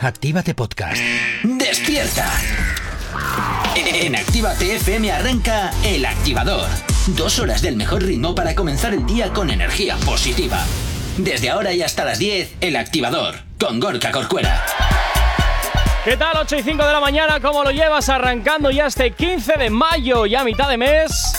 Actívate Podcast. ¡Despierta! En Actívate FM arranca El Activador. Dos horas del mejor ritmo para comenzar el día con energía positiva. Desde ahora y hasta las 10, El Activador, con Gorka Corcuera. ¿Qué tal? 8 y 5 de la mañana, ¿cómo lo llevas? Arrancando ya este 15 de mayo, ya mitad de mes.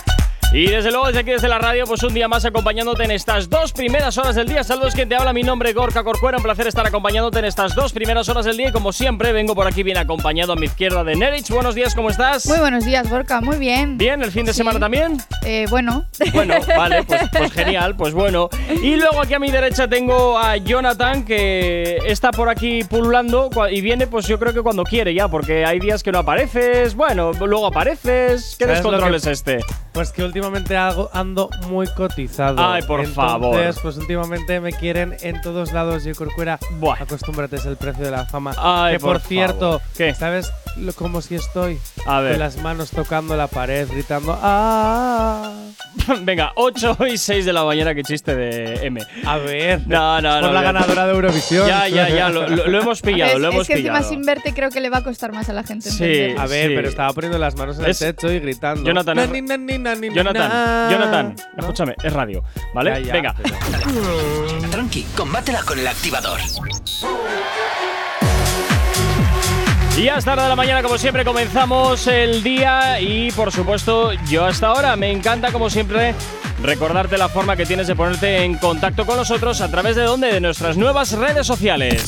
Y desde luego, desde aquí, desde la radio, pues un día más acompañándote en estas dos primeras horas del día. Saludos, quien te habla, mi nombre es Gorka Corcuera. Un placer estar acompañándote en estas dos primeras horas del día. Y como siempre, vengo por aquí bien acompañado a mi izquierda de Nerich. Buenos días, ¿cómo estás? Muy buenos días, Gorka. Muy bien. Bien, ¿el fin de Sí. semana también? Eh, bueno, Bueno, vale, pues, pues genial, pues bueno. Y luego aquí a mi derecha tengo a Jonathan, que está por aquí pululando cua- y viene, pues yo creo que cuando quiere ya, porque hay días que no apareces, bueno, luego apareces. ¿Qué ¿Sabes lo descontrol que- es este? Pues que últimamente hago- ando muy cotizado. Ay, por Entonces, favor. Pues últimamente me quieren en todos lados. Yo, Corcuera, Buah. acostúmbrate, es el precio de la fama. Ay, que por, por favor. cierto, ¿Qué? ¿sabes lo- cómo si estoy? A ver. Con las manos tocando la pared, gritando. ¡Ah! Venga, 8 y 6 de la mañana, qué chiste de M. A ver. No, no, Por no, la ya. ganadora de Eurovisión. Ya, ya, ya, lo, lo- lo hemos pillado, es, lo es hemos que encima pillado. sin verte creo que le va a costar más a la gente. Sí. entenderlo. A ver, Sí. pero estaba poniendo las manos en el Es- techo y gritando. Jonathan, Na, es- ni, na, ni, na, ni, na. Jonathan, Jonathan, ¿No? escúchame, es radio, ¿vale? Ya, ya, Venga. pero- Tranqui, combátela con el activador. Y hasta ahora de la mañana, como siempre, comenzamos el día y, por supuesto, yo hasta ahora. Me encanta, como siempre, recordarte la forma que tienes de ponerte en contacto con nosotros a través de dónde? De nuestras nuevas redes sociales.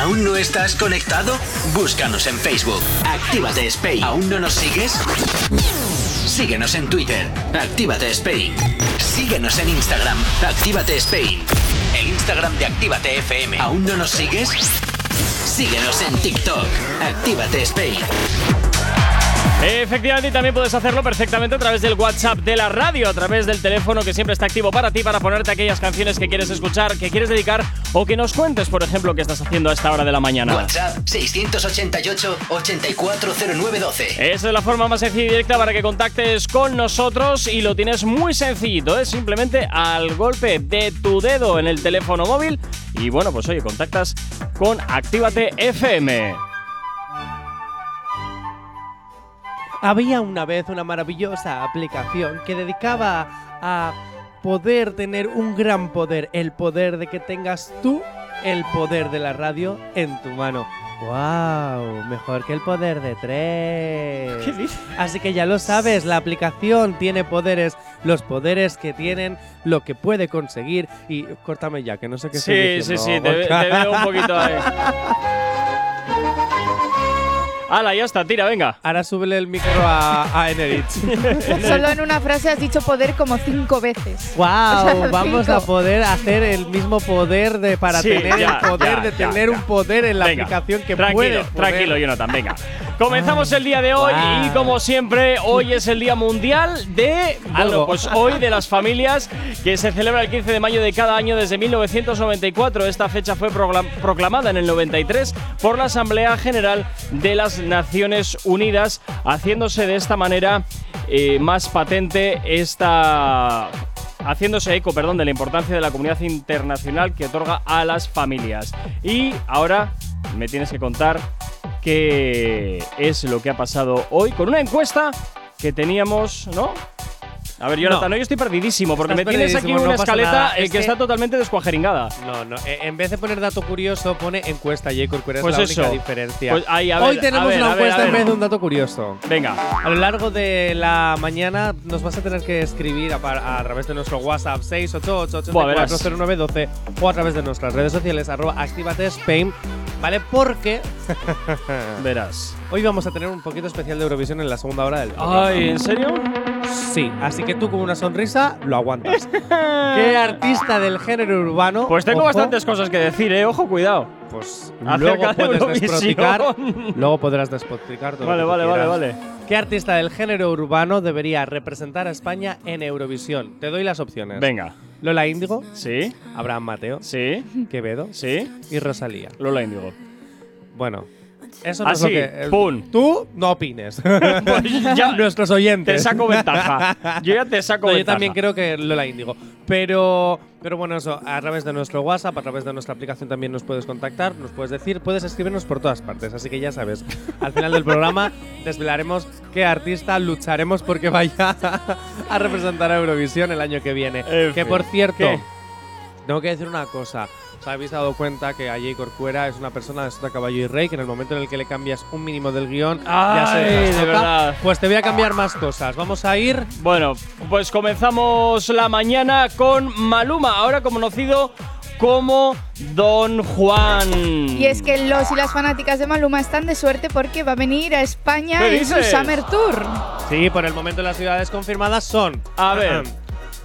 ¿Aún no estás conectado? Búscanos en Facebook. Actívate Spain. ¿Aún no nos sigues? Síguenos en Twitter. Actívate Spain. Síguenos en Instagram. Actívate Spain. El Instagram de Actívate FM. ¿Aún no nos sigues? Síguenos en TikTok. Actívate Spain. Efectivamente, y también puedes hacerlo perfectamente a través del WhatsApp de la radio, a través del teléfono que siempre está activo para ti, para ponerte aquellas canciones que quieres escuchar, que quieres dedicar o que nos cuentes, por ejemplo, qué estás haciendo a esta hora de la mañana. WhatsApp 688 840912. Esa es la forma más sencilla y directa para que contactes con nosotros y lo tienes muy sencillito, es simplemente al golpe de tu dedo en el teléfono móvil y bueno, pues oye, contactas con Actívate FM. Había una vez una maravillosa aplicación que dedicaba a poder tener un gran poder, el poder de que tengas tú el poder de la radio en tu mano. ¡Wow! Mejor que el poder de tres. Así que ya lo sabes, la aplicación tiene poderes, los poderes que tienen, lo que puede conseguir y córtame ya, que no sé qué estoy Sí, sí, diciendo, sí, te, ve- Gorka. te veo un poquito ahí. Hala, ya está, tira, venga. Ahora súbele el micro a, a Enerich. Solo en una frase has dicho poder como cinco veces. Wow, vamos a Cinco. poder hacer el mismo poder de para Sí, tener ya, el poder ya, de ya, tener ya. un poder en la Venga, aplicación que tranquilo, puedes poder. Tranquilo, Jonathan, venga. Comenzamos el día de hoy guau. y como siempre, hoy es el Día Mundial de... Ah, no, Algo. pues hoy de las familias que se celebra el 15 de mayo de cada año desde 1994. Esta fecha fue progla- proclamada en el 93 por la Asamblea General de las Naciones Unidas, haciéndose de esta manera eh, más patente esta haciéndose eco, perdón, de la importancia de la comunidad internacional que otorga a las familias. Y ahora me tienes que contar qué es lo que ha pasado hoy con una encuesta que teníamos, ¿no? A ver, Jonathan, No. hoy estoy perdidísimo porque Estás me tienes aquí perdidísimo, una no pasa escaleta nada. Este eh, Es que que- está totalmente descuajeringada. No, no, eh, en vez de poner dato curioso, pone encuesta, Jacob, ¿cuál es Pues la eso. única diferencia? Pues ahí, a ver, Hoy a tenemos ver, a una ver, encuesta a en ver. vez de un dato curioso. Venga, A lo largo de la mañana nos vas a tener que escribir a, par- a través de nuestro WhatsApp 688 Buah, verás. 0912 o a través de nuestras redes sociales arroba actívate Spain, ¿vale? Porque Eh. verás. hoy vamos a tener un poquito especial de Eurovisión en la segunda hora del Ay, ¿en serio? Sí, así que tú con una sonrisa lo aguantas. ¿Qué artista del género urbano? Pues tengo Ojo, bastantes cosas que decir, eh. Ojo, cuidado. Pues acerca luego de puedes Eurovisión. desproticar. luego podrás despotricar todo. lo Vale, que tú vale, vale, quieras. vale. ¿Qué artista del género urbano debería representar a España en Eurovisión? Te doy las opciones. Venga. Lola Índigo, Sí, Abraham Mateo, sí, Quevedo sí. y Rosalía. Lola Indigo. Bueno, Eso no es lo Así, que. el- pum. Tú no opines. Pues ya Nuestros oyentes. te saco ventaja. Yo ya te saco No, yo ventaja. también creo que Lola Índigo. Pero, pero bueno, eso, a través de nuestro WhatsApp, a través de nuestra aplicación también nos puedes contactar, nos puedes decir, puedes escribirnos por todas partes. Así que ya sabes, al final del programa desvelaremos qué artista lucharemos porque vaya a representar a Eurovisión el año que viene. En que fin, por cierto, ¿qué? tengo que decir una cosa. ¿Os habéis dado cuenta que Ajay Corcuera es una persona de Sota Caballo y Rey que en el momento en el que le cambias un mínimo del guión ya se Ay, destroza? de verdad. Pues te voy a cambiar más cosas. Vamos a ir Bueno, pues comenzamos la mañana con Maluma, ahora como conocido como Don Juan. Y es que los y las fanáticas de Maluma están de suerte porque va a venir a España ¿Qué en su dices? Summer Tour. Sí, por el momento las ciudades confirmadas son. A ver. Ah.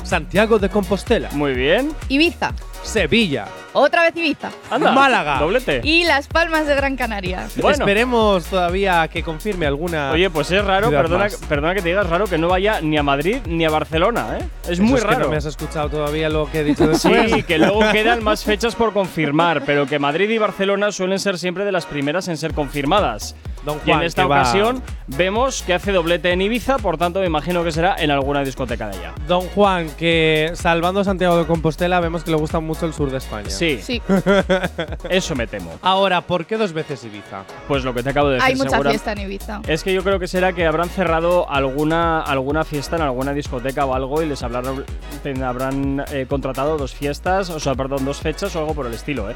Santiago de Compostela, Muy bien. Ibiza, Sevilla. otra vez Ibiza. Anda, Málaga. Doblete. Y Las Palmas de Gran Canaria. Bueno. Esperemos todavía que confirme alguna. Oye, pues es raro, Ciudad perdona, más. perdona que te digas raro que no vaya ni a Madrid ni a Barcelona, ¿eh? Es Eso muy que raro. no me has escuchado todavía lo que he dicho después. Sí, que luego quedan más fechas por confirmar, pero que Madrid y Barcelona suelen ser siempre de las primeras en ser confirmadas. Don y en Juan, esta que va- ocasión vemos que hace doblete en Ibiza, por tanto me imagino que será en alguna discoteca de allá. Don Juan, que salvando Santiago de Compostela, vemos que le gusta mucho el sur de España. Sí, Sí, eso me temo. Ahora, ¿por qué dos veces Ibiza? Pues lo que te acabo de decir. hay mucha segura- fiesta en Ibiza. Es que yo creo que será que habrán cerrado alguna, alguna fiesta en alguna discoteca o algo y les hablarán- ten- habrán eh, contratado dos fiestas, o sea, perdón, dos fechas o algo por el estilo, ¿eh?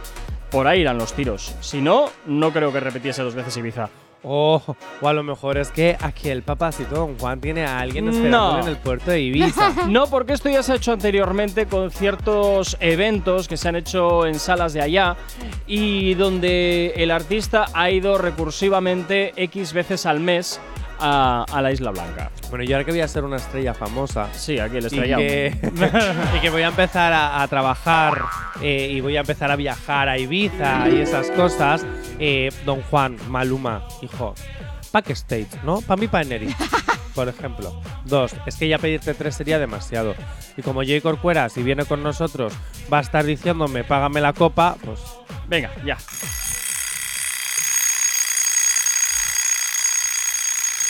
Por ahí irán los tiros. Si no, no creo que repitiese dos veces Ibiza. Oh, o a lo mejor es que aquí el papacito Don Juan tiene a alguien esperándole No. en el puerto de Ibiza. No, porque esto ya se ha hecho anteriormente con ciertos eventos que se han hecho en salas de allá y donde el artista ha ido recursivamente X veces al mes a, a la Isla Blanca. bueno, yo ahora que voy a ser una estrella famosa, Sí, aquí el y estrellado. que, y que voy a empezar a, a trabajar eh, y voy a empezar a viajar a Ibiza y esas cosas. eh, don Juan, Maluma, hijo, backstage, ¿no? Para mí, para Neri, por ejemplo. Dos, es que ya pedirte tres sería demasiado. Y como Jay Corcuera, si viene con nosotros, va a estar diciéndome, págame la copa, pues Venga, ya.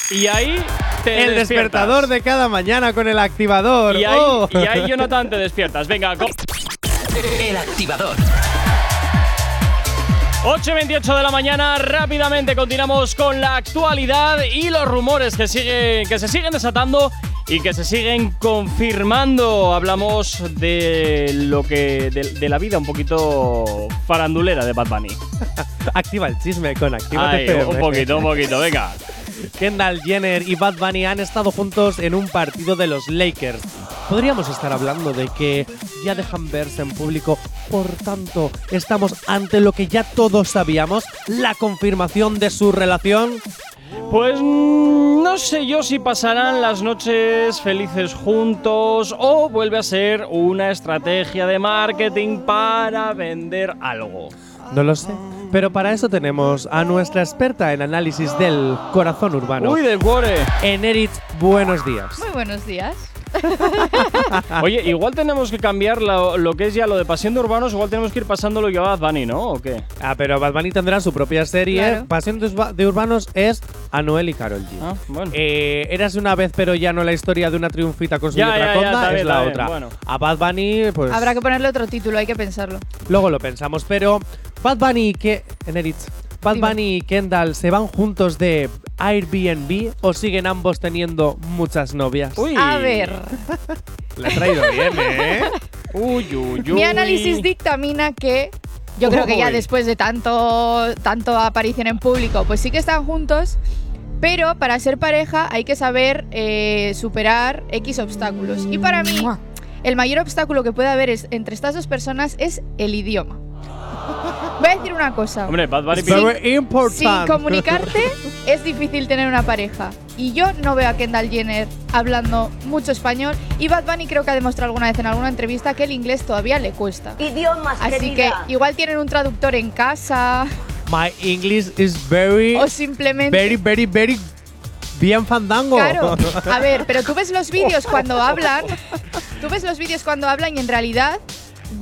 Y ahí te el despiertas. despertador de cada mañana con el activador. Y ahí, ¡Oh! y ahí, Jonathan, te despiertas. Venga, co- El activador. 8.28 de la mañana, rápidamente continuamos con la actualidad y los rumores que, sigue- que se siguen desatando y que se siguen confirmando. Hablamos de lo que. de, de la vida un poquito farandulera de Bad Bunny. Activa el chisme con Activa Ahí, TPM. un poquito, un poquito, venga. Kendall Jenner y Bad Bunny han estado juntos en un partido de los Lakers. Podríamos estar hablando de que ya dejan verse en público, por tanto, estamos ante lo que ya todos sabíamos, la confirmación de su relación. Pues mm, no sé yo si pasarán las noches felices juntos o vuelve a ser una estrategia de marketing para vender algo. No lo sé, pero para eso tenemos a nuestra experta en análisis del corazón urbano, Uy, del cuore. Enerit, buenos días. Muy buenos días. Oye, igual tenemos que cambiar lo, lo que es ya lo de Pasión de Urbanos, igual tenemos que ir pasándolo ya a Bad Bunny, ¿no? ¿O qué? Ah, pero Bad Bunny tendrá su propia serie. Claro. Pasión de Usba- de Urbanos es Anuel y Carol G. Ah, bueno. Eh, eras una vez, pero ya no la historia de una triunfita con su Ya, letra ya, ya, conda, está es bien, la está bien, otra. bueno. A Bad Bunny, pues Habrá que ponerle otro título, hay que pensarlo. luego lo pensamos, pero Bad Bunny y que Enerit, Bad Dime. Bunny y Kendall se van juntos de Airbnb o siguen ambos teniendo muchas novias. Uy. A ver, la he traído bien, ¿eh? Uy, uy, uy. mi análisis dictamina que yo creo que ya Uy. después de tanto, tanto aparición en público, pues sí que están juntos, pero para ser pareja hay que saber eh, superar X obstáculos. Y para mí, el mayor obstáculo que puede haber es- entre estas dos personas es el idioma. Voy a decir una cosa. Hombre, Bad Bunny. It's pide- very important. Sin comunicarte es difícil tener una pareja. Y yo no veo a Kendall Jenner hablando mucho español. Y Bad Bunny creo que ha demostrado alguna vez en alguna entrevista que el inglés todavía le cuesta. Idiomas, Así que querida. igual tienen un traductor en casa My English is very, o simplemente... very, very, very bien fandango. Claro, a ver, pero tú ves los vídeos cuando hablan, tú ves los vídeos cuando hablan y en realidad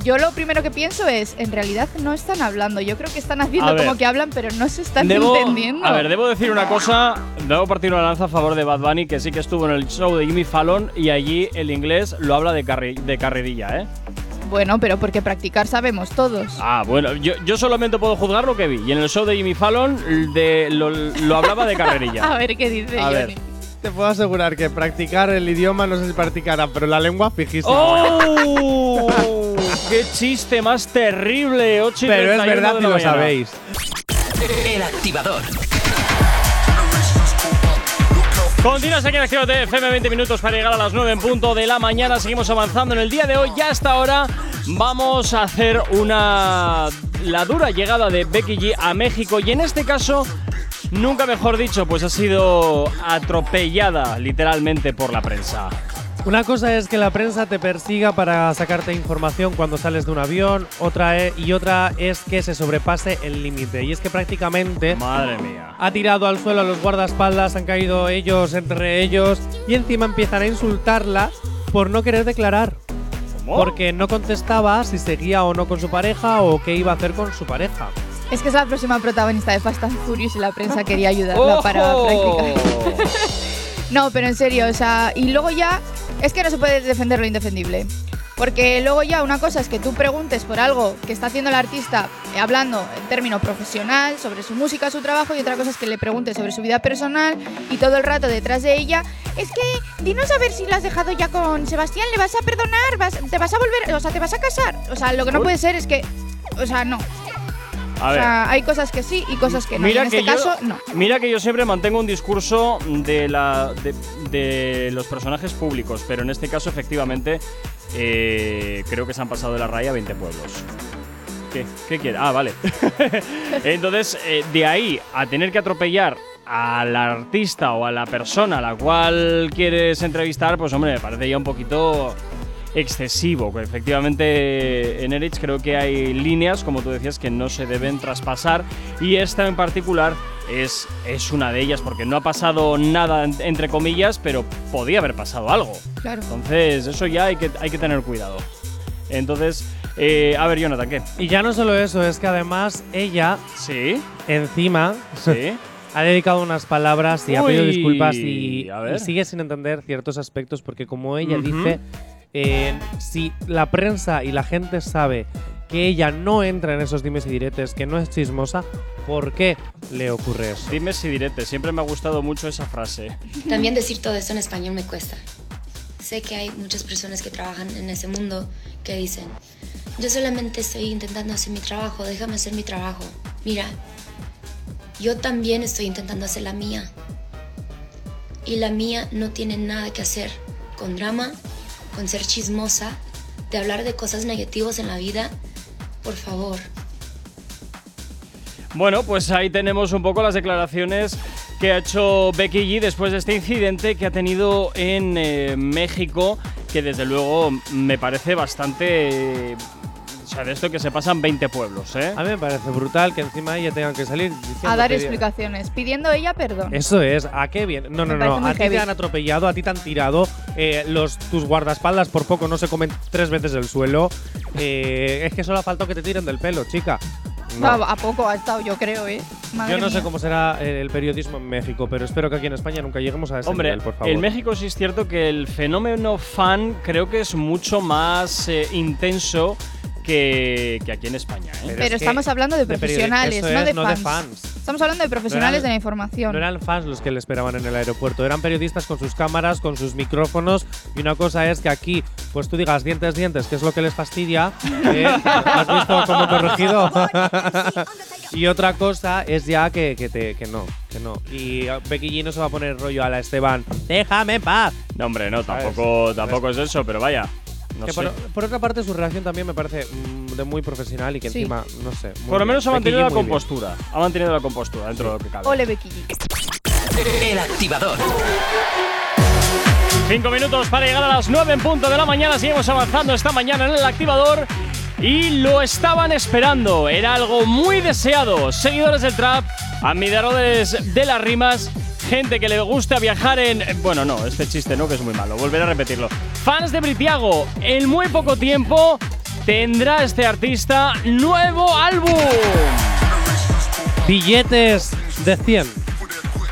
yo lo primero que pienso es, en realidad no están hablando. Yo creo que están haciendo ver. como que hablan, pero no se están Debo- entendiendo. A ver, debo decir una cosa. Debo partir una lanza a favor de Bad Bunny, que sí que estuvo en el show de Jimmy Fallon y allí el inglés lo habla de, carri- de carrerilla, ¿eh? Bueno, pero porque practicar sabemos todos. Ah, bueno, yo, yo solamente puedo juzgar lo que vi. Y en el show de Jimmy Fallon de, lo, lo hablaba de A carrerilla. ver qué dice A ver. Johnny. Te puedo asegurar que practicar el idioma no sé si practicará, pero la lengua fijísima. ¡Oh! ¡Qué chiste más terrible! 8 y Pero es 31 de verdad la y lo mañana. sabéis. El activador. Continuas aquí en Acción de FM 20 minutos para llegar a las 9 en punto de la mañana. Seguimos avanzando en el día de hoy. Ya hasta ahora vamos a hacer una la dura llegada de Becky G a México y en este caso nunca mejor dicho, pues ha sido atropellada literalmente por la prensa. Una cosa es que la prensa te persiga para sacarte información cuando sales de un avión, otra e- y otra es que se sobrepase el límite. Y es que prácticamente Madre mía. ha tirado al suelo a los guardaespaldas, han caído ellos entre ellos y encima empiezan a insultarla por no querer declarar. Porque no contestaba si seguía o no con su pareja o qué iba a hacer con su pareja. Es que es la próxima protagonista de Fast and Furious y la prensa quería ayudarla para practicar. No, pero en serio, o sea, y luego ya es que no se puede defender lo indefendible. Porque luego ya una cosa es que tú preguntes por algo que está haciendo el artista eh, hablando en término profesional, sobre su música, su trabajo, y otra cosa es que le preguntes sobre su vida personal y todo el rato detrás de ella. Es que dinos a ver si lo has dejado ya con Sebastián, le vas a perdonar, ¿Vas- te vas a volver, o sea, te vas a casar. O sea, lo que no puede ser es que, o sea, no. A O ver. sea, hay cosas que sí y cosas que no. y en este caso, yo, no. Mira que yo siempre mantengo un discurso de, la, de, de los personajes públicos, pero en este caso, efectivamente, eh, creo que se han pasado de la raya 20 pueblos. ¿Qué, qué quiere? Ah, vale. Entonces, eh, de ahí a tener que atropellar al artista o a la persona a la cual quieres entrevistar, pues hombre, me parece ya un poquito excesivo. que Efectivamente, en Erich creo que hay líneas, como tú decías, que no se deben traspasar y esta en particular es, es una de ellas porque no ha pasado nada, en- entre comillas, pero podía haber pasado algo. Claro. Entonces, eso ya hay que, hay que tener cuidado. Entonces, eh, a ver, Jonathan, ¿qué? Y ya no solo eso, es que además ella, Sí, encima, sí. Ha dedicado unas palabras y ha pedido Uy, disculpas y, a ver. y sigue sin entender ciertos aspectos porque como ella Ujú. dice, eh, si la prensa y la gente sabe que ella no entra en esos dimes y diretes, que no es chismosa, ¿por qué le ocurre eso? Dime si direte, siempre me ha gustado mucho esa frase. También decir todo esto en español me cuesta. Sé que hay muchas personas que trabajan en ese mundo que dicen, yo solamente estoy intentando hacer mi trabajo, déjame hacer mi trabajo. Mira, yo también estoy intentando hacer la mía. Y la mía no tiene nada que hacer con drama, con ser chismosa, de hablar de cosas negativas en la vida. Por favor, Bueno, pues ahí tenemos un poco las declaraciones que ha hecho Becky G después de este incidente que ha tenido en eh, México, que desde luego me parece bastante... eh, o sea, de esto que se pasan 20 pueblos, ¿eh? A mí me parece brutal que encima ella tenga que salir diciendo A dar que- explicaciones, pidiendo ella perdón. Eso es, ¿a qué bien? No, Me no, parece no, muy a ti heavy. te han atropellado, a ti te han tirado, eh, los, tus guardaespaldas por poco no se comen tres veces el suelo. eh, es que solo ha faltado que te tiren del pelo, chica. No. Ah, A poco ha estado, yo creo, ¿eh? Madre Yo no sé mía. cómo será eh, el periodismo en México, pero espero que aquí en España nunca lleguemos a ese Hombre, nivel, por favor. en México sí es cierto que el fenómeno fan creo que es mucho más eh, intenso que, que aquí en España, ¿eh? Pero es que estamos hablando de de periodi- profesionales, eso no, es, de no de fans. fans. Estamos hablando de profesionales No eran- de la información. No eran fans los que le esperaban en el aeropuerto, eran periodistas con sus cámaras, con sus micrófonos. Y una cosa es que aquí, pues tú digas dientes, dientes, que es lo que les fastidia. ¿eh? ¿Has visto cómo he corregido? y otra cosa es ya que, que, te, que no, que no. Y eh, Becky G no se va a poner rollo a la Esteban. ¡Déjame en paz! No, hombre, no, ¿Sabes? tampoco, tampoco es eso, pero vaya. No Que sé. por, por otra parte, su reacción también me parece mm, de muy profesional y que Sí. encima, no sé. Por muy lo bien. menos ha Becky mantenido G la muy bien. compostura. Ha mantenido la compostura dentro de lo que cabe. Ole, Becky G. El activador. Cinco minutos para llegar a las 9 en punto de la mañana. Seguimos avanzando esta mañana en el activador. Y lo estaban esperando. Era algo muy deseado. Seguidores del trap, admiradores de las rimas, gente que le gusta viajar en. Bueno, no, este chiste no, que es muy malo. Volveré a repetirlo. Fans de Britiago, en muy poco tiempo. tendrá este artista nuevo álbum. Billetes de 100.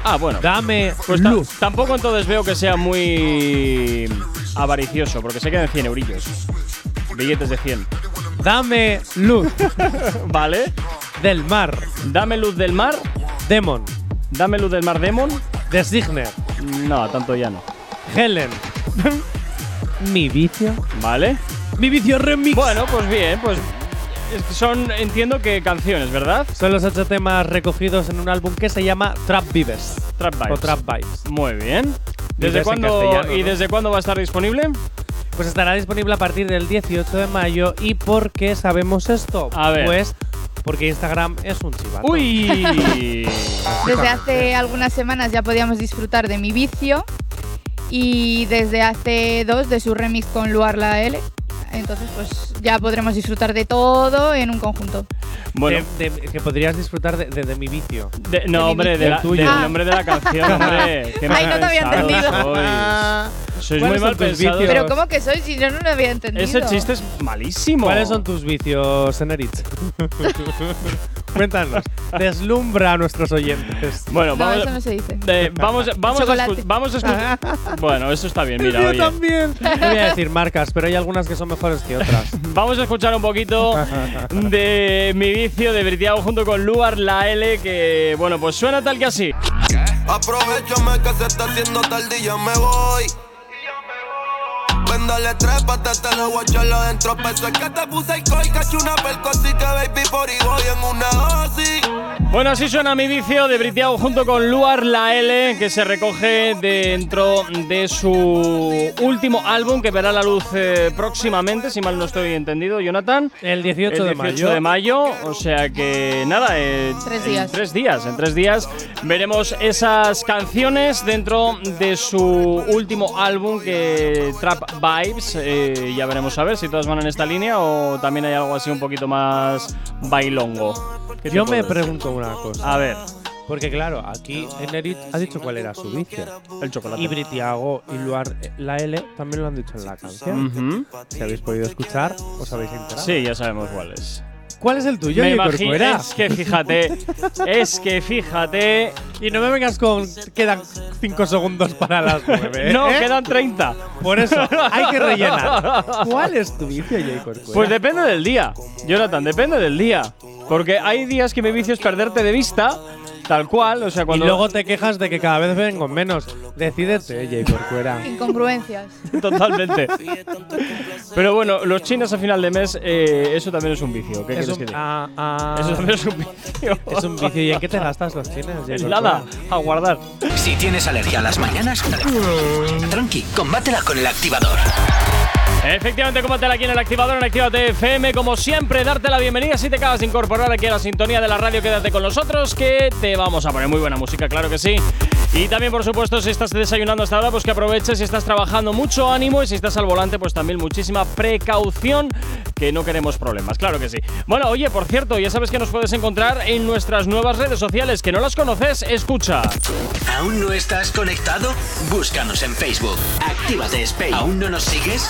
Ah, bueno. Dame Pues ta- luz. tampoco entonces veo que sea muy avaricioso, porque se quedan 100 eurillos. Billetes de 100. Dame luz Vale. del mar. Dame luz del mar. Demon. Dame luz del mar Demon. De Signer. No, tanto ya no. Helen. Mi vicio. Vale. Mi vicio remix. Bueno, pues bien, pues es que son, entiendo que canciones, ¿verdad? Son los ocho temas recogidos en un álbum que se llama Trap Vives. Trap Vibes. O Trap Vibes. Muy bien. Dices ¿Desde en cuándo castellano, y ¿no? desde cuándo va a estar disponible? Pues estará disponible a partir del 18 de mayo. ¿Y por qué sabemos esto? A ver. Pues porque Instagram es un chivato. Uy. Desde hace algunas semanas ya podíamos disfrutar de mi vicio y desde hace dos de su remix con Luar la L. Entonces, pues ya podremos disfrutar de todo en un conjunto. bueno, De- de- que podrías disfrutar de, de- de mi vicio. de- no, hombre, de Eh, El la- tuyo. del Ah. nombre de la canción, hombre. Qué Ay, no te había malpensados entendido. Sois, Sois muy ¿Cuáles mal son tus pensados. vicios? Pero ¿cómo que soy si yo no lo había entendido? Ese chiste es malísimo. ¿Cuáles son tus vicios, Enerich? Cuéntanos. Deslumbra a nuestros oyentes. Bueno, No, vamos, eso no se dice. eh, vamos, vamos a Chocolate. escu- vamos a escuchar. bueno, eso está bien, mira, Yo oye. también. No voy a decir marcas, pero hay algunas que son mejores que otras. Vamos a escuchar un poquito de mi vicio de Britiago junto con Luar La L, que bueno, pues suena tal que así. Aprovechame que se está haciendo tarde y ya me voy. Véndale tres patas, te lo voy a echar adentro. Peso es que te puse el coi, caché una perco, así que baby por y voy en una dosis. Bueno, así suena mi vicio de Britiago junto con Luar La L, que se recoge dentro de su último álbum que verá la luz eh, próximamente, si mal no estoy entendido, Jonathan. El 18, el 18 de mayo. de mayo, o sea que nada, eh, Tres en días. tres días, en tres días veremos esas canciones dentro de su último álbum que Trap Vibes, eh, ya veremos a ver si todas van en esta línea o también hay algo así un poquito más bailongo. ¿Qué Yo tipo me de- pregunto una cosa. A ver, Porque claro, aquí Enerich ha dicho cuál era su vicio. el chocolate. Y Britiago y Luar, eh, la L, también lo han dicho en la canción. Ujú. Si habéis podido escuchar, os habéis enterado. Mm. Sí, ya sabemos cuál es. ¿Cuál es el tuyo, me Oye, imagino, Corcuera? es que fíjate, es que fíjate, Y no me vengas con quedan 5 segundos para las ¿eh? 9. no, quedan 30. Por eso, hay que rellenar. ¿Cuál es tu vicio, Jay Corcuera? Pues depende del día, Jonathan, depende del día. Porque hay días que mi vicio es perderte de vista, tal cual, o sea, cuando... Y luego te quejas de que cada vez vengo menos. Decídete, Jay Corcuera. Incongruencias. Totalmente. Pero bueno, los chinos a final de mes, eh, eso también es un vicio. ¿Qué Es quieres un, que te diga? ah, ah, Eso también es un vicio. es un vicio. ¿Y en qué te gastas los chines, Jay Corcuera? Nada, a guardar. Si tienes alergia a las mañanas, tranqui, combátela con el activador. Efectivamente, cómatela aquí en el activador en Actívate FM. Como siempre, darte la bienvenida. Si te acabas de incorporar aquí a la sintonía de la radio, quédate con nosotros que te vamos a poner muy buena música, claro que sí. Y también, por supuesto, si estás desayunando hasta ahora, pues que aproveches. Si estás trabajando, mucho ánimo. Y si estás al volante, pues también muchísima precaución, que no queremos problemas, claro que sí. Bueno, oye, por cierto, ya sabes que nos puedes encontrar en nuestras nuevas redes sociales. Que no las conoces, escucha. ¿Aún no estás conectado? Búscanos en Facebook. Actívate Spain. ¿Aún no nos sigues?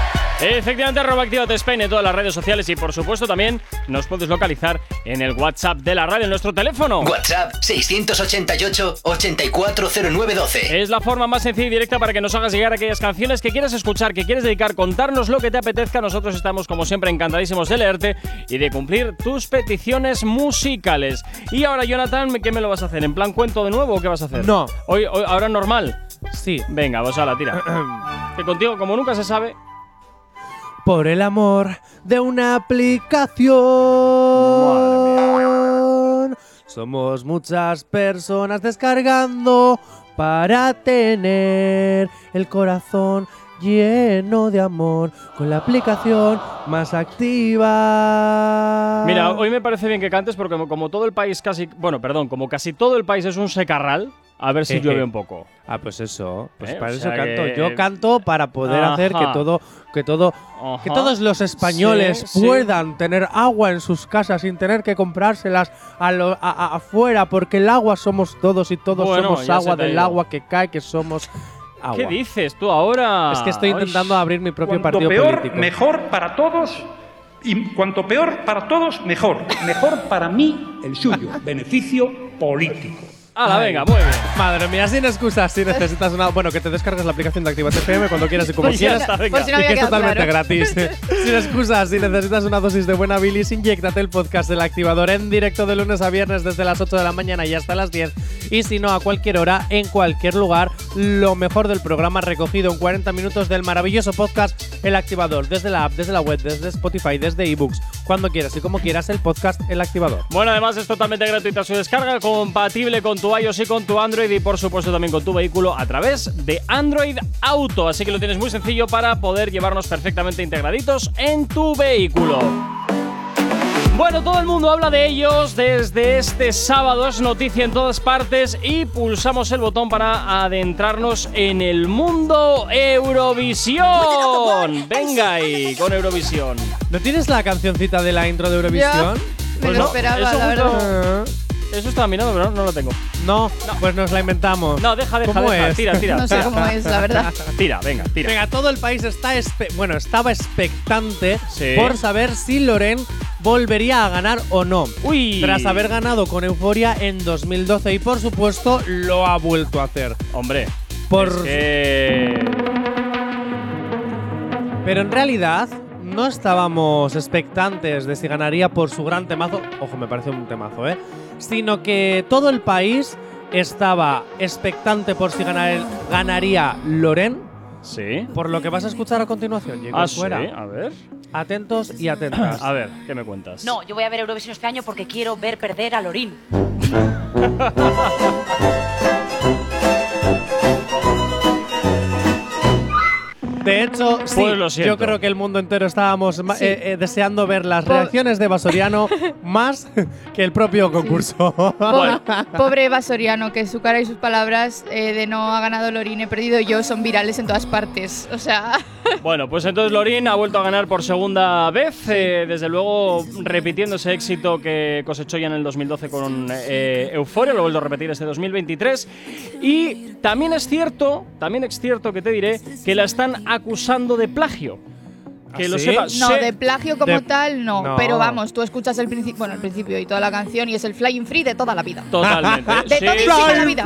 Efectivamente, arroba Actívate Spain en todas las redes sociales y por supuesto también nos puedes localizar en el WhatsApp de la radio, en nuestro teléfono. WhatsApp 688 840912. Es la forma más sencilla y directa para que nos hagas llegar aquellas canciones que quieres escuchar, que quieres dedicar, contarnos lo que te apetezca. Nosotros estamos, como siempre, encantadísimos de leerte y de cumplir tus peticiones musicales. Y ahora, Jonathan, ¿qué me lo vas a hacer? ¿En plan cuento de nuevo o qué vas a hacer? No. Hoy, hoy- ahora normal. Sí. Venga, vos a la tira. que contigo, como nunca se sabe. Por el amor de una aplicación. Somos muchas personas descargando para tener el corazón lleno de amor con la aplicación más activa. Mira, hoy me parece bien que cantes porque como, como todo el país casi, bueno, perdón, como casi todo el país es un secarral, a ver si Jeje. llueve un poco. Ah, pues eso. Pues Eh, o para eso sea canto. que- Yo canto para poder hacer que Ajá. todo, que todo, que Ajá. todos los españoles Sí, sí. puedan tener agua en sus casas sin tener que comprárselas a lo- a- a- afuera, porque el agua somos todos y todos Bueno, somos ya se agua te ha del ido. agua que cae, que somos agua. ¿Qué dices tú ahora? Es que estoy Ay, intentando abrir mi propio Cuanto partido peor, político. mejor para todos. Y cuanto peor para todos, mejor. Mejor para mí, el suyo. Beneficio político. Ala, venga, muy bien. Madre mía, sin excusas, si necesitas una. Bueno, que te descargues la aplicación de Actívate FM cuando quieras y como Pues ya quieras. está, venga. Por si no y había que es quedado totalmente claro. gratis. sin excusas, si necesitas una dosis de buena bilis, inyectate el podcast del activador en directo de lunes a viernes desde las 8 de la mañana y hasta las 10. Y si no, a cualquier hora, en cualquier lugar, lo mejor del programa recogido en 40 minutos del maravilloso podcast El Activador, desde la app, desde la web, desde Spotify, desde ebooks, cuando quieras y como quieras, el podcast El Activador. Bueno, además es totalmente gratuita su descarga, compatible con tu iOS y con tu Android y por supuesto también con tu vehículo a través de Android Auto. Así que lo tienes muy sencillo para poder llevarnos perfectamente integraditos en tu vehículo. Bueno, todo el mundo habla de ellos desde este sábado, es noticia en todas partes y pulsamos el botón para adentrarnos en el mundo Eurovisión. Venga ahí con Eurovisión. ¿No tienes la cancioncita de la intro de Ya, Eurovisión? me Pues lo no, esperaba, eso la justo- verdad. Eso estaba mirando, pero no, no lo tengo. No, pues nos la inventamos. No, deja, deja, ¿Cómo deja. es? Tira, tira. No sé tira. cómo es, la verdad. Tira, venga, tira. Venga, todo el país está espe- bueno, estaba expectante Sí. por saber si Loren volvería a ganar o no. Uy. Tras haber ganado con Euforia en 2012 y por supuesto lo ha vuelto a hacer. Hombre. Por- es que- Pero en realidad no estábamos expectantes de si ganaría por su gran temazo, ojo, me parece un temazo, ¿eh? Sino que todo el país estaba expectante por si ganar- ganaría Loren, Sí. por lo que vas a escuchar a continuación. Llegó Ah, sí. Ah. fuera. A ver. Atentos y atentas. A ver, ¿qué me cuentas? No, yo voy a ver Eurovisión este año porque quiero ver perder a Lorín. De hecho, sí, Pues lo siento. yo creo que el mundo entero estábamos ma- Sí. eh, eh, deseando ver las Po- reacciones de Basoriano más que el propio concurso. Bueno. Pobre Eva Soriano, que su cara y sus palabras eh, de no ha ganado Lorín, he perdido yo, son virales en todas partes. O sea, Bueno, pues entonces Lorin ha vuelto a ganar por segunda vez. eh, desde luego, repitiendo ese éxito que cosechó ya en el 2012 con eh, Euforia. Lo vuelvo a repetir este 2023. Y también es cierto, también es cierto que te diré, que la están acusando de plagio. Que ¿Ah, lo sí? sepas. no, Sí. de plagio como De- tal, no. no. Pero vamos, tú escuchas el principio, bueno, el principio y toda la canción y es el flying free de toda la vida. Totalmente. De Sí. todísima la vida.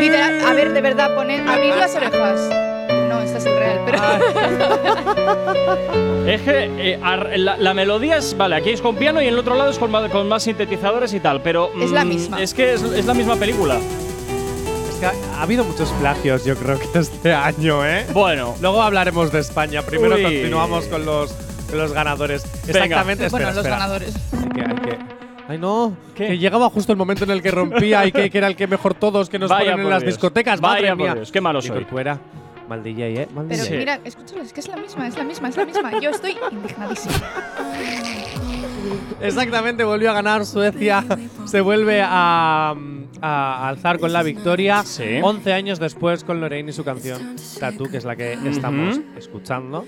Literal, a ver, de verdad, poned, abrir las orejas. No, este es el real, pero. Ah, Es que eh, ar- la, la melodía es, vale, aquí es con piano y en el otro lado es con, ma- con más sintetizadores y tal, pero... Es la mm, misma. Es que es, es la misma película. Es que ha, ha habido muchos plagios, yo creo que este año, ¿eh? Bueno, Luego hablaremos de España. Primero Uy. continuamos con los, con los ganadores. Venga. Exactamente. bueno, espera, los espera. ganadores. Que hay que- Ay, no. ¿Qué? Que llegaba justo el momento en el que rompía y que, que era el que mejor todos que nos Vaya ponen en por las Dios. discotecas. Vaya Madre por mía. Dios, qué malo Y soy. Corcuera. Mal DJ, ¿eh? Mal Pero DJ. mira, escúchalo, es que es la misma, es la misma, es la misma. Yo estoy indignadísima. Exactamente, volvió a ganar Suecia. Se vuelve a, a alzar con la victoria. Sí. 11 años después con Lorraine y su canción Tattoo, que es la que estamos escuchando.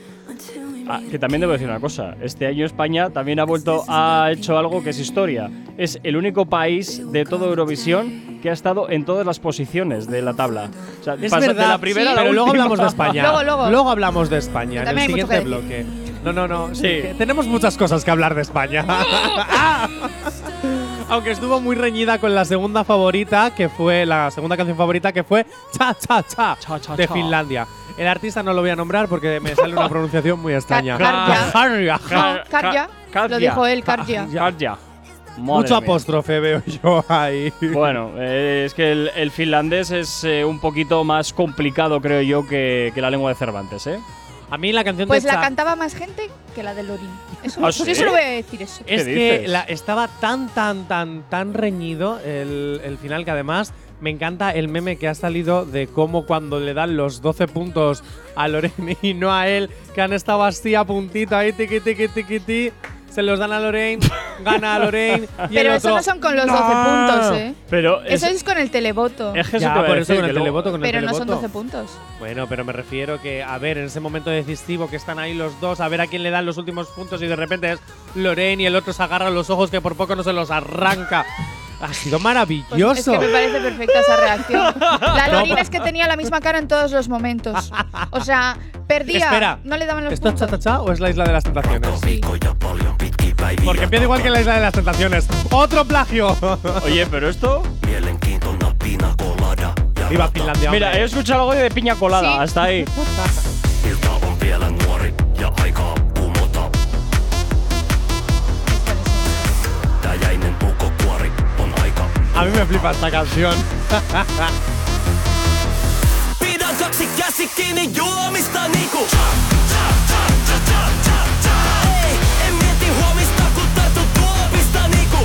ah, que también debo decir una cosa, este año España también ha vuelto, ha hecho algo que es historia. Es el único país de todo Eurovisión que ha estado en todas las posiciones de la tabla. O sea, Es pasa de verdad, la primera a sí, la pero luego última. hablamos de España. Luego, luego. hablamos de España en el también hay mucho siguiente que bloque. No, no, no. Sí. sí, que Tenemos muchas cosas que hablar de España. Ah. Aunque estuvo muy reñida con la segunda favorita, que fue la segunda canción favorita, que fue Cha Cha Cha, Cha, Cha, de Cha. Finlandia. El artista no lo voy a nombrar porque me sale una pronunciación muy extraña. Karja. Karja. No, Karja. Karja. Lo dijo él, Karja. Georgia. Madre Mucho mía. apóstrofe veo yo ahí. Bueno, eh, es que el, el finlandés es eh, un poquito más complicado, creo yo, que, que la lengua de Cervantes, ¿eh? A mí la canción Pues de la Cha- cantaba más gente que la de Lorin. Eso, ¿Ah, pues sí? yo solo voy a decir eso. Es ¿Qué que dices? la- estaba tan, tan, tan, tan reñido el, el final que además me encanta el meme que ha salido de cómo cuando le dan los 12 puntos a Loreni y no a él, que han estado así a puntito ahí, tiqui, tiqui, tiqui, ti, se los dan a Lorraine, gana a Lorraine. y el Pero eso otro, no son con los 12 "No". puntos, ¿eh? Pero Eso es- es con el televoto. es que eso Ya, te iba a por eso decir, con que el luego- televoto, con el Pero no son televoto. 12 puntos. Bueno, pero me refiero que, a ver, en ese momento decisivo que están ahí los dos, a ver a quién le dan los últimos puntos y de repente es Lorraine y el otro se agarra los ojos que por poco no se los arranca. Ha sido Pues maravilloso. es que me parece perfecta esa reacción. La Lorina es que tenía la misma cara en todos los momentos. O sea, perdía. Espera, No le daban los ¿esto es puntos. cha-cha-cha o es la isla de las tentaciones? Sí. Porque empieza igual que en la isla de las tentaciones. ¡Otro plagio! Oye, pero esto. Viva Finlandia. hombre. Mira, he escuchado algo de piña colada, Sí. hasta ahí. a mí me flipa esta canción. Pidacaksit käsikkiini juomista niinku Ei, en mieti huomista kun tartut tuopista niinku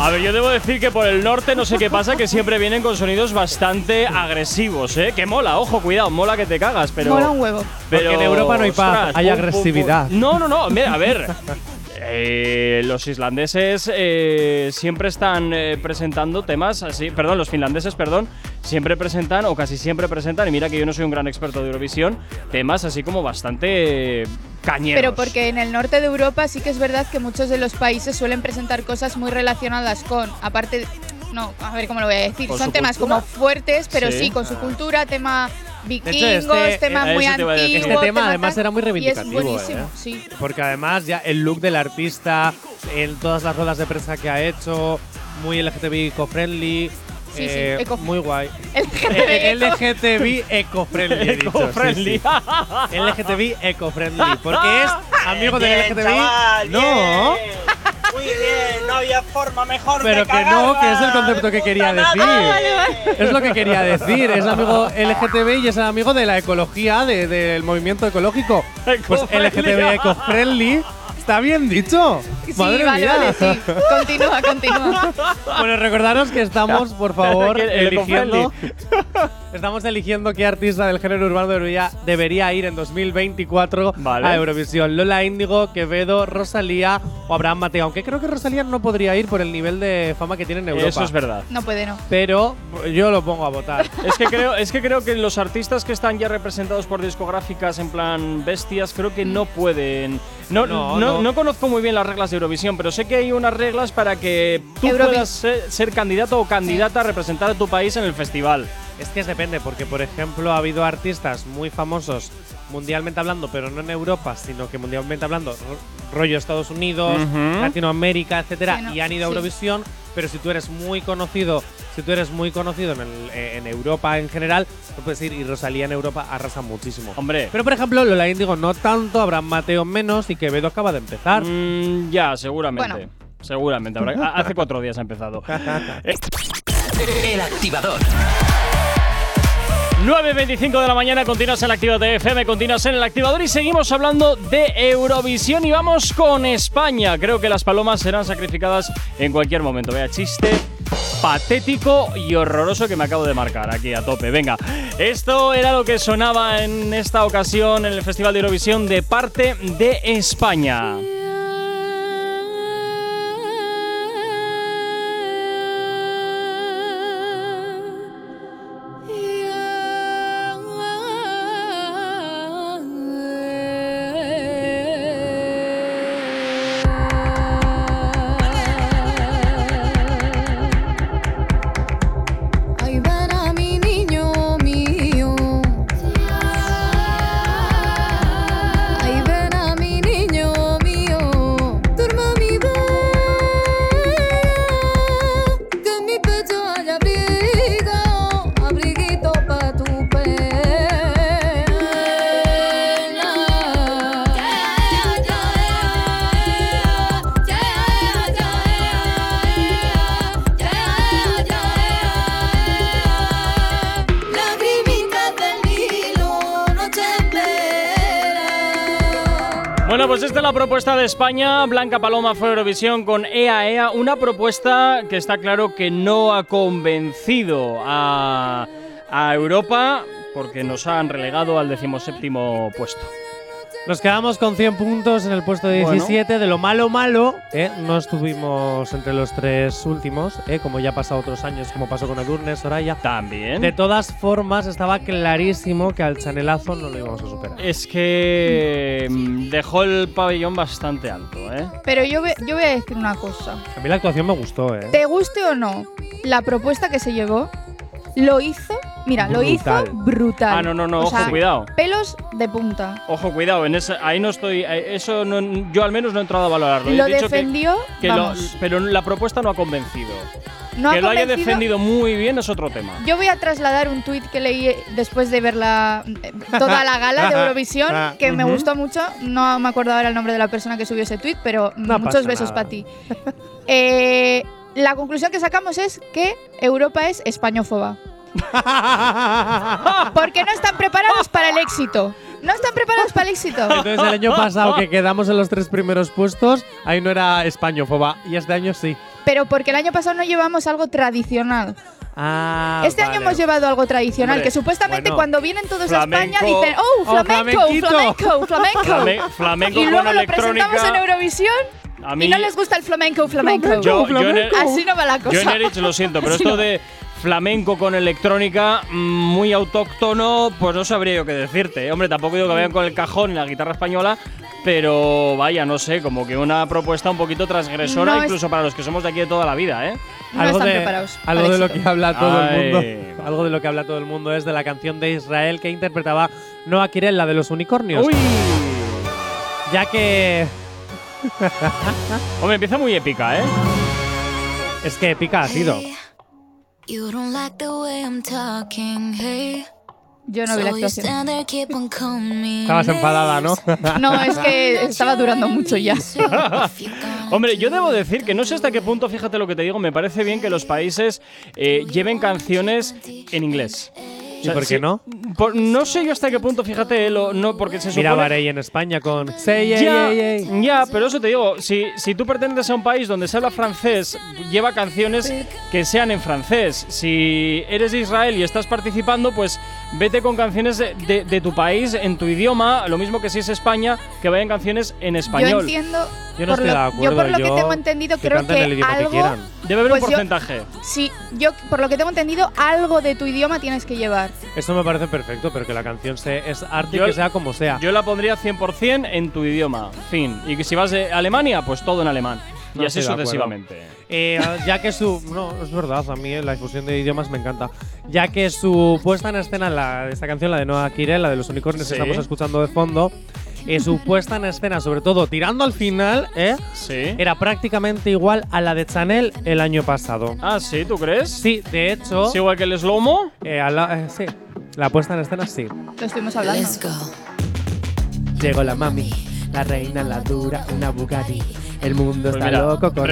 A ver, yo debo decir que por el norte no sé qué pasa, que siempre vienen con sonidos bastante agresivos, ¿eh? Que mola, ojo, cuidado, mola que te cagas, pero. Mola un huevo. Pero, Porque en Europa no hay paz, hay pum, pum, pum. agresividad. No, no, no. Mira, a ver. eh, los islandeses eh, siempre están eh, presentando temas así. Perdón, los finlandeses, perdón. Siempre presentan, o casi siempre presentan, y mira que yo no soy un gran experto de Eurovisión, temas así como bastante eh, cañeros. Pero porque en el norte de Europa sí que es verdad que muchos de los países suelen presentar cosas muy relacionadas con, aparte, no, a ver cómo lo voy a decir, Con son su temas cultura. como fuertes, pero Sí. sí, con su cultura, tema vikingos, este- tema eh, muy eso te iba a decir. antiguo. Este tema además tal, era muy y es reivindicativo, buenísimo, ¿eh? sí. Porque además ya el look del artista, en todas las ruedas de prensa que ha hecho, muy LGTBI eco-friendly, sí, eh, eco- muy guay. El Eh, eh, LGTB. LGTB eco-friendly. he dicho, sí, Eco-friendly. sí. LGTB eco-friendly. Porque es amigo del LGTBI. no. Muy bien, no había forma mejor Pero que no, que es el concepto que quería decir. Es lo que quería decir. Es amigo LGTB y es amigo de la ecología, de- del movimiento ecológico. Pues Eco-friendly. LGTB eco-friendly. Está bien dicho. Sí, Madre vale, mía. vale, sí. Continúa, continúa. Bueno, recordaros que estamos, por favor, El eligiendo. eco-friendly. Estamos eligiendo qué artista del género urbano debería, debería ir en 2024 Vale. a Eurovisión. Lola Índigo, Quevedo, Rosalía o Abraham Mateo. Aunque creo que Rosalía no podría ir por el nivel de fama que tiene en Europa. Eso es verdad. No puede, no. Pero yo lo pongo a votar. Es que, creo, es que creo que los artistas que están ya representados por discográficas en plan bestias, creo que no pueden. No, no, No, no, no. conozco muy bien las reglas de Eurovisión, pero sé que hay unas reglas para que tú Eurovi- puedas ser, ser candidato o candidata a representar a tu país en el festival. Es que depende, porque por ejemplo ha habido artistas muy famosos mundialmente hablando, pero no en Europa, sino que mundialmente hablando, ro- rollo Estados Unidos, Ujú. Latinoamérica, etcétera, Sí, no, y han ido a sí. Eurovisión. Pero si tú eres muy conocido, si tú eres muy conocido en, el- eh, en Europa en general, no puedes ir. Y Rosalía en Europa arrasa muchísimo. Hombre. Pero por ejemplo, Lola Índigo no tanto, Abraham Mateo menos y Quevedo acaba de empezar. Mm, ya, seguramente. Bueno. Seguramente. habrá- a- hace cuatro días ha empezado. El activador. 9.25 de la mañana, continúas en la Activa FM, continúas en el activador y seguimos hablando de Eurovisión y vamos con España. Creo que las palomas serán sacrificadas en cualquier momento. Vea, chiste patético y horroroso que me acabo de marcar aquí a tope. Venga, esto era lo que sonaba en esta ocasión en el Festival de Eurovisión de parte de España. Ay, verá mi niño mío. Ay, verá mi niño mío. Durma mi bebé. Que en mi pecho hay abrigo, abriguito pa' tu pena. Lagrimitas del Nilo, noche entera. Bueno, pues esta es la propuesta de España. Blanca Paloma fue a Eurovisión con EA EA, una propuesta que está claro que no ha convencido a, a Europa porque nos han relegado al decimoséptimo puesto. Noche Nos quedamos con 100 puntos en el puesto Bueno. 17. De lo malo, malo, ¿eh? no estuvimos entre los tres últimos, ¿eh? como ya ha pasado otros años, como pasó con Edurne, Soraya. También. De todas formas, estaba clarísimo que al chanelazo no lo íbamos a superar. Es que mm, dejó el pabellón bastante alto, ¿eh? Pero yo, ve- yo voy a decir una cosa. A mí la actuación me gustó, ¿eh? Te guste o no, la propuesta que se llevó lo hizo, mira, lo hizo Brutal. brutal. Ah, no, no, no, O ojo, sea, cuidado. Pelos de punta. Ojo, cuidado, en esa- ahí no estoy. eh, Eso no- yo al menos no he entrado a valorarlo. He Lo dicho que- defendió, que lo- vamos. pero la propuesta no ha convencido. No ha que lo haya convencido. defendido muy bien es otro tema. Yo voy a trasladar un tuit que leí después de ver la, eh, toda la gala de Ah, Eurovisión, que me ujú. gustó mucho. No me acuerdo ahora el nombre de la persona que subió ese tuit, pero mm, No muchos pasa besos nada. para ti. Eh, la conclusión que sacamos es que Europa es españófoba. Porque no están preparados para el éxito. No están preparados para el éxito. Entonces, el año pasado que quedamos en los tres primeros puestos, ahí no era españófoba. Y este año sí. Pero porque el año pasado no llevamos algo tradicional. Ah, este año vale. hemos llevado algo tradicional, Hombre, que supuestamente bueno. cuando vienen todos a España Flamenco. dicen, oh, Oh, flamenco, flamenquito". flamenco, flamenco. Flame- flamenco y con luego lo electrónica. presentamos en Eurovisión A mí- y no les gusta el flamenco, flamenco. Yo- yo en el- Así no va la cosa. Yo en Erich lo siento, pero Así esto no. de flamenco con electrónica mm, muy autóctono, pues no sabría yo qué decirte. Hombre, tampoco digo que vayan con el cajón y la guitarra española, pero vaya, no sé, como que una propuesta un poquito transgresora, No es- incluso para los que somos de aquí de toda la vida, ¿eh? No Algo están de- preparados Algo de lo que habla todo el Ay. mundo. Algo de lo que habla todo el mundo es de la canción de Israel que interpretaba Noah Kirel, la de los unicornios. Uy. Ya que. Hombre, empieza muy épica, ¿eh? Es que épica ha sido. You don't like the way I'm talking, hey. Yo no vi la So you actuación. stand there, keep on calling me Estabas enfadada, ¿no? No, es que estaba durando mucho ya. Hombre, yo debo decir que no sé hasta qué punto, fíjate lo que te digo, me parece bien que los países eh, lleven canciones en inglés. ¿Y por qué sí- no? por- no sé yo hasta qué punto, fíjate, eh, lo- no, porque se supone Mira Varey en España con. Say, yeah, ya, yeah, yeah. ya, pero eso te digo, si, si tú perteneces a un país donde se habla francés, lleva canciones que sean en francés. Si eres de Israel y estás participando, pues vete con canciones de, de- de tu país en tu idioma, lo mismo que si es España, que vayan canciones en español. Yo entiendo. Yo no por estoy de lo, acuerdo, Yo por lo yo- que tengo entendido, que creo canten el que idioma que algo. quieran. Debe haber un pues yo- porcentaje. sí, yo por lo que tengo entendido, algo de tu idioma tienes que llevar. Eso me parece perfecto, pero que la canción se, es arte y Yo- que sea como sea. Yo la pondría 100% en tu idioma, fin. Y que si vas de Alemania, pues todo en alemán. No y así estoy de acuerdo. sucesivamente. Eh, ya que su. No, es verdad, a mí eh, la difusión de idiomas me encanta. Ya que su puesta en escena, la, de esta canción, la de Noah Kirel, la de los unicornios Sí. que estamos escuchando de fondo, eh, su puesta en escena, sobre todo tirando al final, ¿eh? era prácticamente igual a la de Chanel el año pasado. Ah, sí, ¿tú crees? Sí, de hecho. ¿Es igual que el slow-mo? Eh, a la- eh, sí, la puesta en escena sí. Lo estuvimos hablando. Llegó la mami, la reina, la dura, una Bugatti. El mundo Pues mira, reconozco, este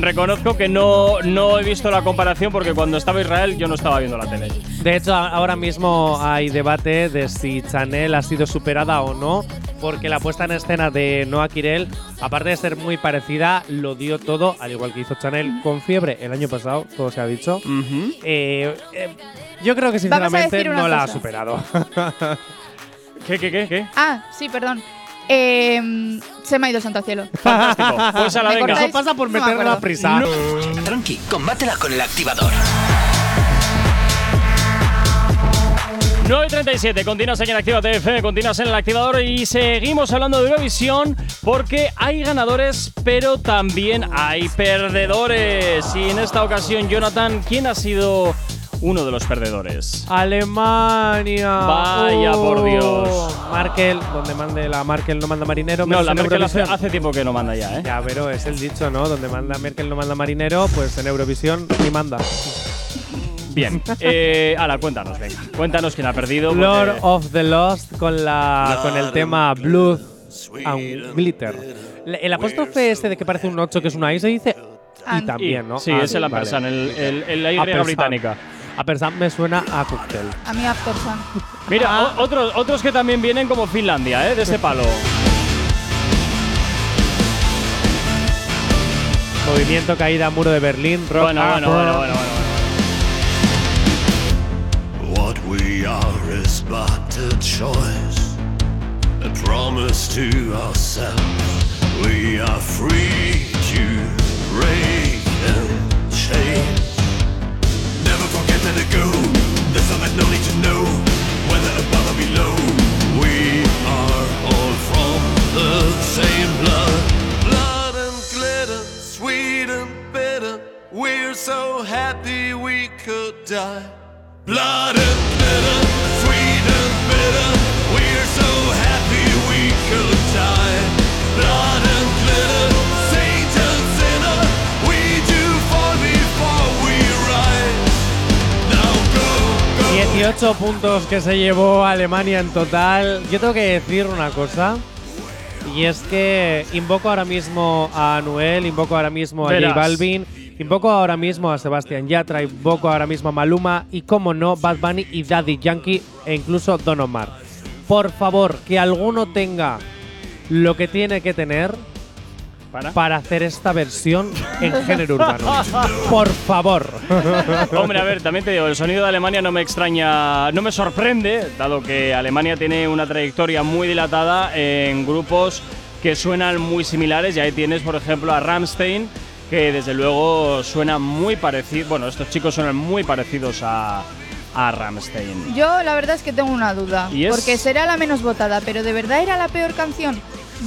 reconozco que no, no he visto la comparación porque cuando estaba Israel yo no estaba viendo la tele. De hecho, a- ahora mismo hay debate de si Chanel ha sido superada o no, porque la puesta en escena de Noah Kirel, aparte de ser muy parecida, lo dio todo, al igual que hizo Chanel con fiebre el año pasado, todo se ha dicho. Eh, eh, yo creo que Vamos a sinceramente decir no una la ha cosa. superado. ¿Qué, qué, qué? qué? Ah, sí, perdón. Eh, se me ha ido el santo al cielo. Fantástico. Pues a la ¿Me venga. cortáis? No me acuerdo. No. Tranqui, combátela con el activador. 9 y 37, continúas aquí en Activa TF, continúas en el activador y seguimos hablando de Eurovisión porque hay ganadores, pero también hay perdedores. Y en esta ocasión, Jonathan, ¿quién ha sido uno de los perdedores? Ah, Alemania. Oh, Vaya, por Dios. Merkel, donde mande la Merkel no manda marinero. No, menos la en Merkel hace, Eurovisión. hace tiempo que no manda ya, ¿eh? Ya, pero es el dicho, ¿no? Donde manda Merkel no manda marinero, pues en Eurovisión ni manda. Bien. Eh, ala, cuéntanos, venga. Cuéntanos quién ha perdido. porque- Lord of the Lost con la con el tema Blood and Glitter. Le- El apóstrofe este de que parece un 8 que es una I se dice y And. también, ¿no? Ah, Sí, es el ampersand, el- el- el- la Y Ampersand. británica. Ampersand me suena a cóctel. A mí After Sun. Mira, o- otros, otros que también vienen como Finlandia, ¿eh? De este palo. Movimiento caída muro de Berlín. Rock Bueno, bueno, Opera. bueno, bueno, bueno. What we are is but a choice, a a promise to ourselves. We are free to break and change. Never forget to let go. There's so much no need to know whether above or below. We are all from the same blood. Blood and glitter, sweet and bitter. We're so happy we could die. Blood and bitter, sweet and bitter. We're so happy we could die. Blood and glitter, saint and sinner. We do fall before we rise. 18 puntos que se llevó Alemania en total. Yo tengo que decir una cosa. Y es que invoco ahora mismo a Anuel, invoco ahora mismo a J Verás. Balvin, invoco ahora mismo a Sebastián Yatra, invoco ahora mismo a Maluma y, como no, Bad Bunny y Daddy Yankee e incluso Don Omar. Por favor, que alguno tenga lo que tiene que tener ¿Para? hacer esta versión en género urbano. Por favor. Hombre, a ver, también te digo, el sonido de Alemania no me extraña, no me sorprende, dado que Alemania tiene una trayectoria muy dilatada en grupos que suenan muy similares. Y ahí tienes, por ejemplo, a Rammstein, que desde luego suena muy parecido. Bueno, estos chicos suenan muy parecidos a, a Rammstein. Yo la verdad es que tengo una duda, ¿Y es? porque será la menos votada, pero de verdad era la peor canción.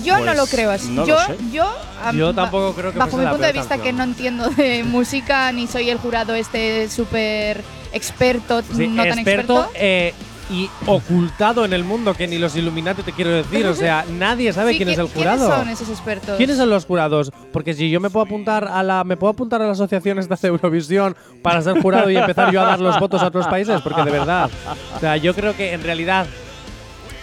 Yo no Pues, lo creo así. no lo yo, sé. yo, a- Yo ba- tampoco creo que bajo fuese mi la punto de peor vista que canción. no entiendo de música ni soy el jurado este súper experto, Sí, no tan experto, experto. eh, y ocultado en el mundo, que ni los Illuminati te quiero decir. O sea, nadie sabe Sí, quién es ¿qui- el jurado. ¿Quiénes son esos expertos? ¿Quiénes son los jurados? Porque si yo me puedo apuntar a la me puedo apuntar a la asociación esta de Eurovisión para ser jurado y empezar yo a dar los votos a otros países, porque de verdad, o sea, yo creo que en realidad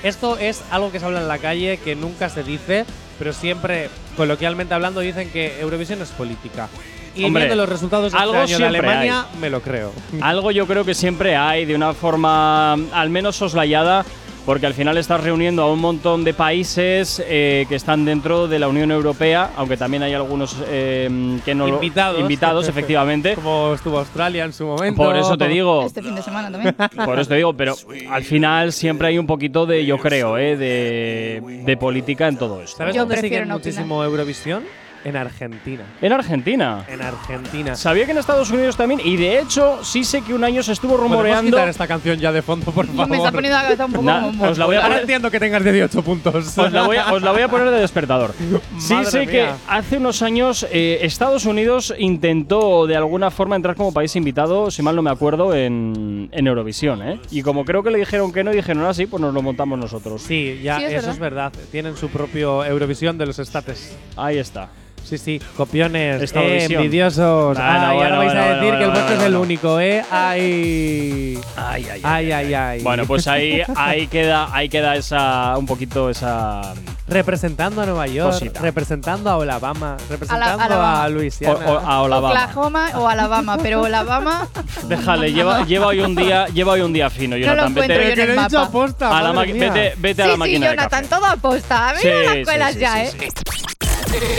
esto es algo que se habla en la calle que nunca se dice, pero siempre coloquialmente hablando dicen que Eurovisión es política. Y Hombre, viendo los resultados de este algo año de siempre Alemania, me lo creo. Algo yo creo que siempre hay, de una forma mm, al menos soslayada, porque al final estás reuniendo a un montón de países eh, que están dentro de la Unión Europea, aunque también hay algunos eh, mm, que no lo- invitados, invitados, efectivamente. Como estuvo Australia en su momento. Por eso te digo, Este fin de semana también. por eso te digo, pero al final siempre hay un poquito de, yo creo, eh, de, de política en todo esto. ¿Sabes Yo dónde prefiero siguen no muchísimo Eurovisión? En Argentina. En Argentina. En Argentina. Sabía que en Estados Unidos también, y de hecho sí sé que un año se estuvo ¿Podemos rumoreando. quitar esta canción ya de fondo, por favor? Me está poniendo la cabeza un poco Na- como os la voy a Ahora poner- entiendo que tengas 18 puntos. Os la, voy a, os la voy a poner de despertador. Sí Madre sé mía. que hace unos años eh, Estados Unidos intentó de alguna forma entrar como país invitado, si mal no me acuerdo, en, en Eurovisión. ¿eh? Y como creo que le dijeron que no, dijeron así, pues nos lo montamos nosotros. Sí, ya, Sí, es eso es verdad. Tienen su propio Eurovisión de los estates. Ahí está. Sí, sí, copiones, eh, Eurovisión. envidiosos. Bueno, Ay, ahora bueno, vais a bueno, decir bueno, que el bueno, vuestro es bueno, el bueno. único, ¿eh? Ay. Ay, ay, Ay, ay, ay. Bueno, pues ahí, ahí queda, ahí queda esa, un poquito esa. Representando a Nueva York, Cosita. representando a Alabama, representando Alabama. a o- Luisiana. o- a Alabama. Oklahoma o Alabama, pero Alabama Déjale, lleva, lleva hoy un día, lleva hoy un día fino, no lo Jonathan. encuentro yo Vete, en el he dicho mapa. aposta, a la madre maqui- mía. vete, vete a la Sí, sí, máquina de Jonathan, café. todo aposta. Mira Sí, sí, las cuelas sí, ya, sí, ¿eh? sí.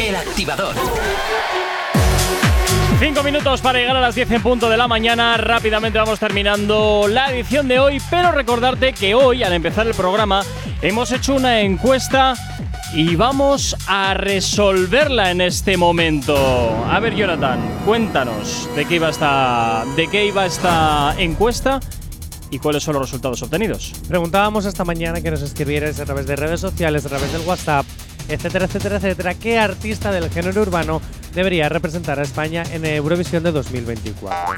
El activador. Cinco minutos para llegar a las 10 en punto de la mañana. Rápidamente vamos terminando la edición de hoy, pero recordarte que hoy, al empezar el programa, hemos hecho una encuesta y vamos a resolverla en este momento. A ver, Jonathan, cuéntanos de qué iba esta, de qué iba esta encuesta y cuáles son los resultados obtenidos. Preguntábamos esta mañana que nos escribierais a través de redes sociales, a través del WhatsApp, etcétera, etcétera, etcétera, qué artista del género urbano debería representar a España en Eurovisión de 2024.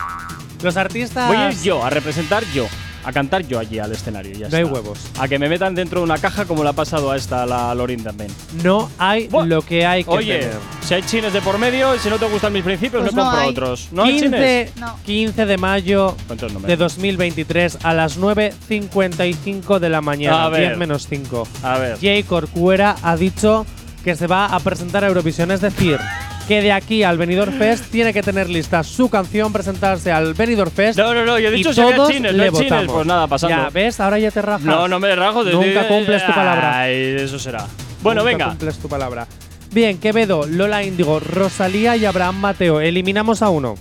Los artistas. Voy a ir yo a representar yo, a cantar yo allí al escenario. Ya Ah, No hay está. huevos. A que me metan dentro de una caja como le ha pasado a esta, a la Lorin también. No hay Buah. lo que hay que Oye, tener. si hay chines de por medio, si no te gustan mis principios, Pues me no compro hay. otros. ¿No hay chines? 15, No. 15 de mayo Entonces no me- de 2023 a las 9.55 de la mañana, A ver. 10 menos 5. A ver. Jay Corcuera ha dicho que se va a presentar a Eurovisión, es decir, que de aquí al Benidorm Fest tiene que tener lista su canción, presentarse al Benidorm Fest. No, no, no, yo he y dicho si había todos chines, no le hay chines, votamos. pues nada, pasando. Ya ves, ahora ya te rajas. No, no me rajo. de- Nunca de- cumples tu palabra. Ay, eso será. Bueno, Nunca venga. Cumples tu palabra. Bien, Quevedo, Lola Índigo, Rosalía y Abraham Mateo. Eliminamos a uno.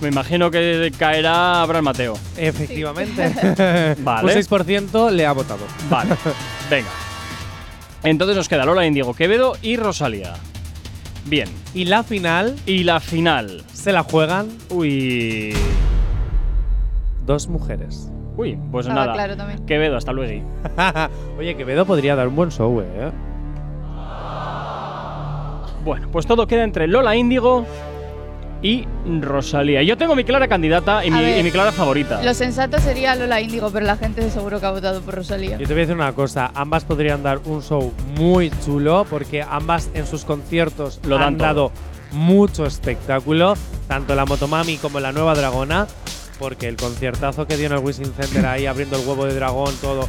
Me imagino que caerá Abraham Mateo. Efectivamente. Vale. Un 6% le ha votado. Vale. venga. Entonces nos queda Lola Indigo, Quevedo y Rosalía. Bien. ¿Y la final? Y la final. ¿Se la juegan? Uy. Dos mujeres. Uy, pues Ah, Estaba nada. claro también. Quevedo, hasta luego. Oye, Quevedo podría dar un buen show, ¿eh? Bueno, pues todo queda entre Lola Índigo y Rosalía. Yo tengo mi clara candidata y, A mi, ver, y mi clara favorita. Lo sensato sería Lola Índigo, pero la gente seguro que ha votado por Rosalía. Yo te voy a decir una cosa, ambas podrían dar un show muy chulo porque ambas en sus conciertos Lo dan han todo. dado mucho espectáculo, tanto la Motomami como la Nueva Dragona, porque el conciertazo que dio en el Wishing Center ahí abriendo el huevo de dragón, todo,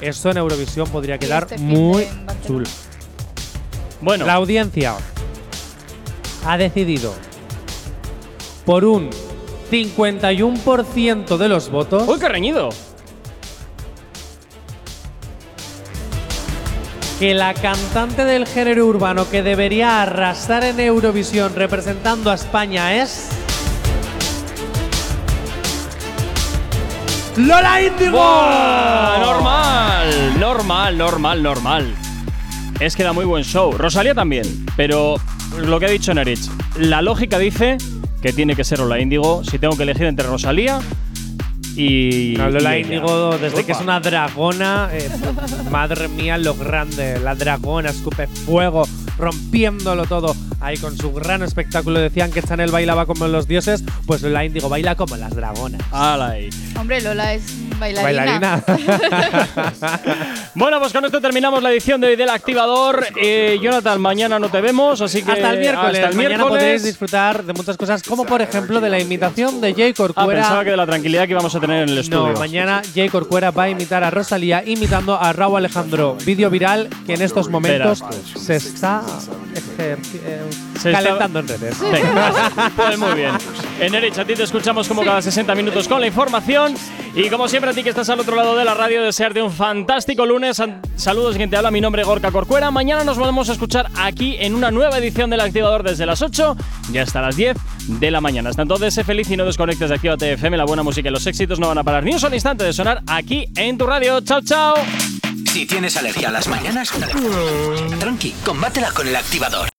eso en Eurovisión podría quedar este fin de muy en Barcelona. chulo. Bueno. La audiencia ha decidido por un 51% de los votos ¡Uy, qué reñido! que la cantante del género urbano que debería arrasar en Eurovisión representando a España es. ¡Lola Índigo! ¡Buah! Normal, normal, normal, normal. Es que da muy buen show. Rosalía también. Pero lo que ha dicho Nerich, la lógica dice que tiene que ser Lola Índigo si tengo que elegir entre Rosalía y. No, y Lola ella. Índigo, desde que Opa. es una dragona, eh, madre mía, lo grande, la dragona escupe fuego, rompiéndolo todo. Ahí con su gran espectáculo decían que Chanel bailaba como los dioses, pues Lola Índigo baila como las dragonas. Ala ahí. Hombre, Lola es bailarina. Bailarina. Bueno, pues con esto terminamos la edición de hoy del Activador. Eh, Jonathan, mañana no te vemos, así que. Hasta el miércoles. Eh, Hasta el Mañana podréis miércoles. disfrutar de muchas cosas, como por ejemplo de la imitación de Jay Ah, Corcuera. pensaba que de la tranquilidad que íbamos a tener en el estudio. no, mañana Jay Corcuera va a imitar a Rosalía imitando a Raúl Alejandro. Vídeo viral que en estos momentos Verás se está ejerci- eh, Se está- calentando en redes. Venga, pues muy bien. En Erich, a ti te escuchamos como cada 60 minutos con la información. Y como siempre, a ti que estás al otro lado de la radio, desearte un fantástico lunes. An- Saludos, quien te habla. Mi nombre es Gorka Corcuera. Mañana nos volvemos a escuchar aquí en una nueva edición del Activador desde las 8 y hasta las 10 de la mañana. Hasta entonces, sé feliz y no desconectes de Actívate FM. La buena música y los éxitos no van a parar ni un solo instante de sonar aquí en tu radio. ¡Chao, chao! Si tienes alergia a las mañanas, tranqui, combátela con el activador.